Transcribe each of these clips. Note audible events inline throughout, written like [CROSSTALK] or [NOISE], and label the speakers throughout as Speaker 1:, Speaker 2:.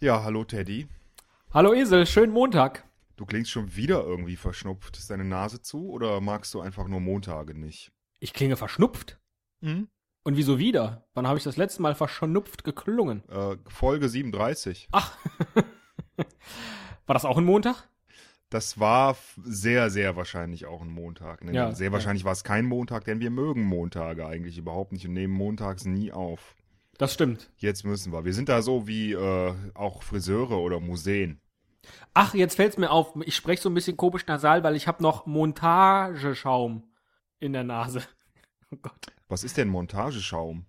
Speaker 1: Ja, hallo Teddy.
Speaker 2: Hallo Esel, schönen Montag.
Speaker 1: Du klingst schon wieder irgendwie verschnupft. Ist deine Nase zu oder magst du einfach nur Montage nicht?
Speaker 2: Ich klinge verschnupft. Mhm.
Speaker 1: Hm?
Speaker 2: Und wieso wieder? Wann habe ich das letzte Mal verschnupft geklungen?
Speaker 1: Äh, Folge 37.
Speaker 2: Ach, war das auch ein Montag?
Speaker 1: Das war f- sehr, sehr wahrscheinlich auch ein Montag. Ne?
Speaker 2: Ja,
Speaker 1: sehr
Speaker 2: ja.
Speaker 1: wahrscheinlich war es kein Montag, denn wir mögen Montage eigentlich überhaupt nicht und nehmen montags nie auf.
Speaker 2: Das stimmt.
Speaker 1: Jetzt müssen wir. Wir sind da so wie äh, auch Friseure oder Museen.
Speaker 2: Ach, jetzt fällt es mir auf. Ich spreche so ein bisschen komisch nasal, weil ich habe noch Montageschaum in der Nase. Oh Gott.
Speaker 1: Was ist denn Montageschaum?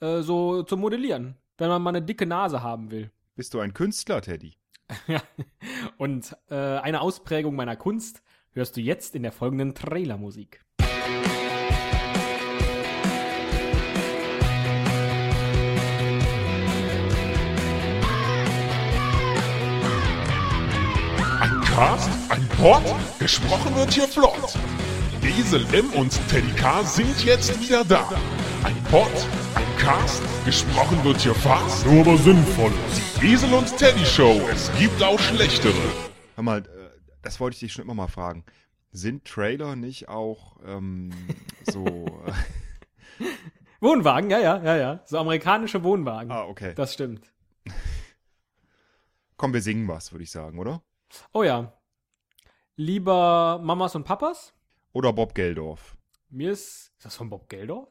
Speaker 2: Äh, so zum Modellieren, wenn man mal eine dicke Nase haben will.
Speaker 1: Bist du ein Künstler, Teddy?
Speaker 2: Ja. Und äh, eine Ausprägung meiner Kunst hörst du jetzt in der folgenden Trailermusik.
Speaker 3: Ein Cast, ein Pod, gesprochen wird hier flott. Esel M und Teddy K sind jetzt wieder da. Ein Pod, ein Cast, gesprochen wird hier fast. Nur aber sinnvoll. Die Esel und Teddy Show, es gibt auch schlechtere.
Speaker 1: Hör mal, äh, das wollte ich dich schon immer mal fragen. Sind Trailer nicht auch ähm,
Speaker 2: [LAUGHS]
Speaker 1: so. Äh,
Speaker 2: Wohnwagen, ja, ja, ja, ja. So amerikanische Wohnwagen.
Speaker 1: ah, okay.
Speaker 2: Das stimmt.
Speaker 1: Komm, wir singen was, würde ich sagen, oder?
Speaker 2: Oh ja. Lieber Mamas und Papas,
Speaker 1: Oder Bob Geldorf.
Speaker 2: mir ist. Ist das von Bob Geldof?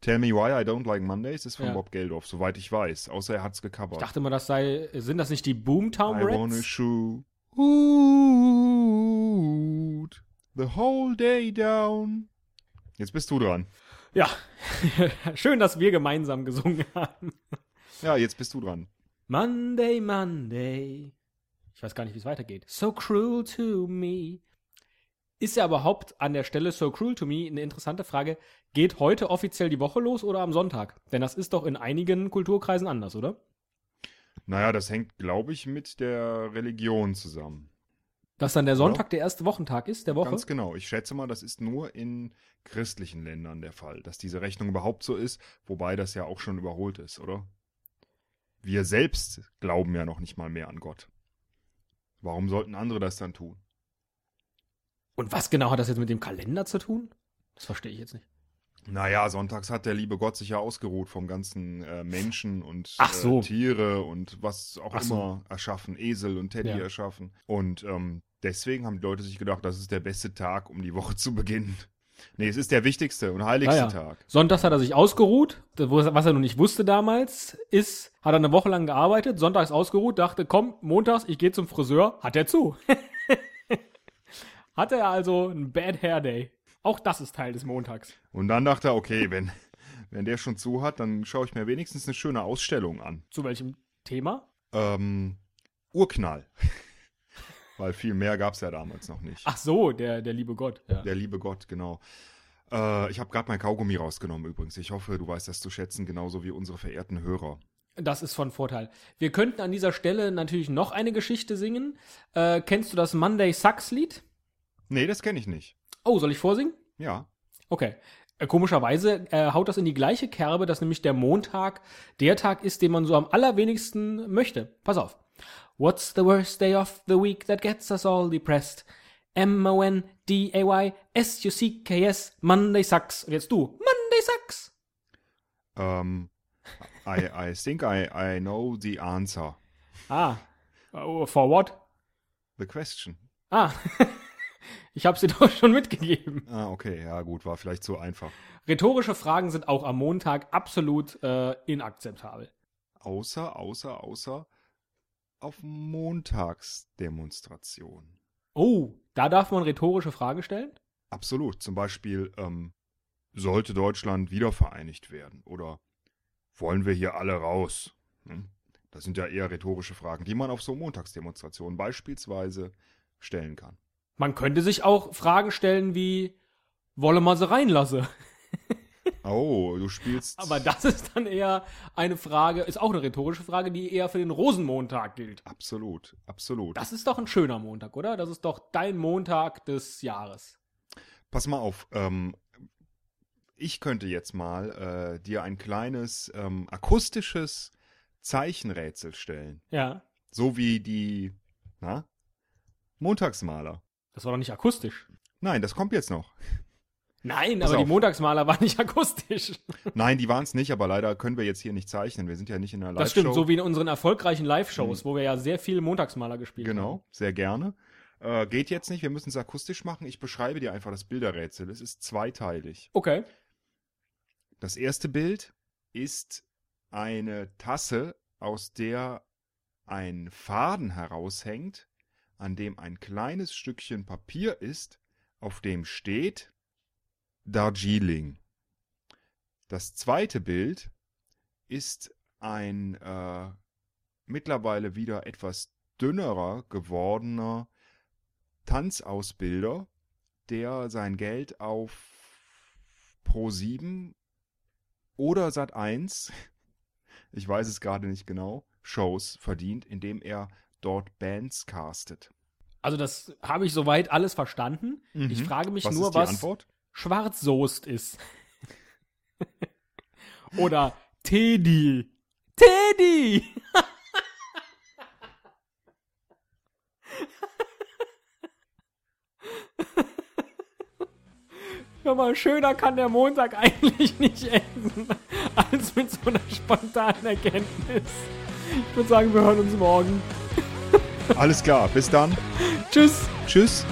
Speaker 1: Tell Me Why I Don't Like Mondays ist von
Speaker 2: Ja.
Speaker 1: Bob Geldorf, soweit ich weiß. Außer er hat's gecovert.
Speaker 2: Ich dachte mal, das sei. Sind das nicht die Boomtown
Speaker 1: I wanna
Speaker 2: Rats?
Speaker 1: shoot the whole day down. Jetzt bist du dran.
Speaker 2: Ja. [LAUGHS] Schön, dass wir gemeinsam gesungen haben.
Speaker 1: Ja, jetzt bist du dran.
Speaker 2: Monday, Monday. Ich weiß gar nicht, wie es weitergeht. So cruel to me. Ist ja überhaupt an der Stelle so cruel to me eine interessante Frage. Geht heute offiziell die Woche los oder am Sonntag? Denn das ist doch in einigen Kulturkreisen anders, oder?
Speaker 1: Naja, das hängt, glaube ich, mit der Religion zusammen.
Speaker 2: Dass dann der Sonntag der erste Wochentag ist, der Woche.
Speaker 1: Ganz genau. Ich schätze mal, das ist nur in christlichen Ländern der Fall, dass diese Rechnung überhaupt so ist, wobei das ja auch schon überholt ist, oder? Wir selbst glauben ja noch nicht mal mehr an Gott. Warum sollten andere das dann tun?
Speaker 2: Und was genau hat das jetzt mit dem Kalender zu tun? Das verstehe ich jetzt nicht.
Speaker 1: Naja, sonntags hat der liebe Gott sich ja ausgeruht vom ganzen äh, Menschen und
Speaker 2: Ach so.
Speaker 1: äh, Tiere und was auch
Speaker 2: Ach so.
Speaker 1: immer erschaffen, Esel und Teddy
Speaker 2: Ja.
Speaker 1: erschaffen. Und ähm, deswegen haben die Leute sich gedacht, das ist der beste Tag, um die Woche zu beginnen. Nee, es ist der wichtigste und heiligste
Speaker 2: Naja.
Speaker 1: Tag.
Speaker 2: Sonntags hat er sich ausgeruht, Das, wo- was er noch nicht wusste damals, ist, hat er eine Woche lang gearbeitet, sonntags ausgeruht, dachte, komm, montags, ich gehe zum Friseur, hat er zu. [LAUGHS] Hatte er also einen Bad Hair Day. Auch das ist Teil des Montags.
Speaker 1: Und dann dachte er, okay, wenn, wenn der schon zu hat, dann schaue ich mir wenigstens eine schöne Ausstellung an.
Speaker 2: Zu welchem Thema?
Speaker 1: Ähm, Urknall. [LAUGHS] Weil viel mehr gab es ja damals noch nicht.
Speaker 2: Ach so, der, der liebe Gott. Ja.
Speaker 1: Der liebe Gott, genau. Äh, ich habe gerade mein Kaugummi rausgenommen übrigens. Ich hoffe, du weißt das zu schätzen, genauso wie unsere verehrten Hörer.
Speaker 2: Das ist von Vorteil. Wir könnten an dieser Stelle natürlich noch eine Geschichte singen. Äh, kennst du das Monday Sucks Lied?
Speaker 1: Nee, das kenne ich nicht.
Speaker 2: Oh, soll ich vorsingen?
Speaker 1: Ja.
Speaker 2: Okay. Äh, Komischerweise äh, haut das in die gleiche Kerbe, dass nämlich der Montag der Tag ist, den man so am allerwenigsten möchte. Pass auf. What's the worst day of the week that gets us all depressed? M-O-N-D-A-Y S-U-C-K-S Monday sucks. Und jetzt du. Monday sucks.
Speaker 1: Ähm, I, I think I, I know the answer.
Speaker 2: Ah. Oh, For what?
Speaker 1: The question.
Speaker 2: Ah. [LAUGHS] ich hab's dir doch schon mitgegeben.
Speaker 1: Ah, okay, ja gut, war vielleicht zu einfach.
Speaker 2: Rhetorische Fragen sind auch am Montag absolut äh, inakzeptabel.
Speaker 1: Außer, außer, außer auf Montagsdemonstrationen.
Speaker 2: Oh, da darf man rhetorische Fragen stellen?
Speaker 1: Absolut. Zum Beispiel, ähm, sollte Deutschland wiedervereinigt werden? Oder wollen wir hier alle raus? Hm? Das sind ja eher rhetorische Fragen, die man auf so Montagsdemonstrationen beispielsweise stellen kann.
Speaker 2: Man könnte sich auch Fragen stellen wie, wolle man sie reinlasse?
Speaker 1: Oh, du spielst.
Speaker 2: Aber das ist dann eher eine Frage, ist auch eine rhetorische Frage, die eher für den Rosenmontag gilt.
Speaker 1: Absolut, absolut.
Speaker 2: Das ist doch ein schöner Montag, oder? Das ist doch dein Montag des Jahres.
Speaker 1: Pass mal auf. Ähm, ich könnte jetzt mal äh, dir ein kleines ähm, akustisches Zeichenrätsel stellen.
Speaker 2: Ja.
Speaker 1: So wie die, na? Montagsmaler.
Speaker 2: Das war doch nicht akustisch.
Speaker 1: Nein, das kommt jetzt noch.
Speaker 2: Nein,
Speaker 1: Pass
Speaker 2: aber die
Speaker 1: auf.
Speaker 2: Montagsmaler waren nicht [LAUGHS] akustisch.
Speaker 1: Nein, die waren es nicht, aber leider können wir jetzt hier nicht zeichnen. Wir sind ja nicht in einer Live-Show. Hm.
Speaker 2: Das stimmt, so wie in unseren erfolgreichen Live-Shows, wo wir ja sehr viel Montagsmaler gespielt haben.
Speaker 1: Genau, sehr gerne. Äh, geht jetzt nicht, wir müssen es akustisch machen. Ich beschreibe dir einfach das Bilderrätsel. Es ist zweiteilig.
Speaker 2: Okay.
Speaker 1: Das erste Bild ist eine Tasse, aus der ein Faden heraushängt, an dem ein kleines Stückchen Papier ist, auf dem steht Darjeeling. Das zweite Bild ist ein äh, mittlerweile wieder etwas dünnerer gewordener Tanzausbilder, der sein Geld auf Pro7 oder Sat 1, [LAUGHS] ich weiß es gerade nicht genau, Shows verdient, indem er dort Bands castet.
Speaker 2: Also das habe ich soweit alles verstanden. Ich
Speaker 1: Mhm.
Speaker 2: frage mich
Speaker 1: was
Speaker 2: nur,
Speaker 1: ist die
Speaker 2: was
Speaker 1: Antwort?
Speaker 2: Schwarzsoest ist. [LAUGHS] Oder Teddy. Teddy! Hör mal, schöner kann der Montag [LAUGHS] eigentlich nicht enden, als mit so einer spontanen Erkenntnis. Ich würde sagen, wir hören uns morgen.
Speaker 1: Alles klar, bis dann.
Speaker 2: Tschüss!
Speaker 1: Tschüss.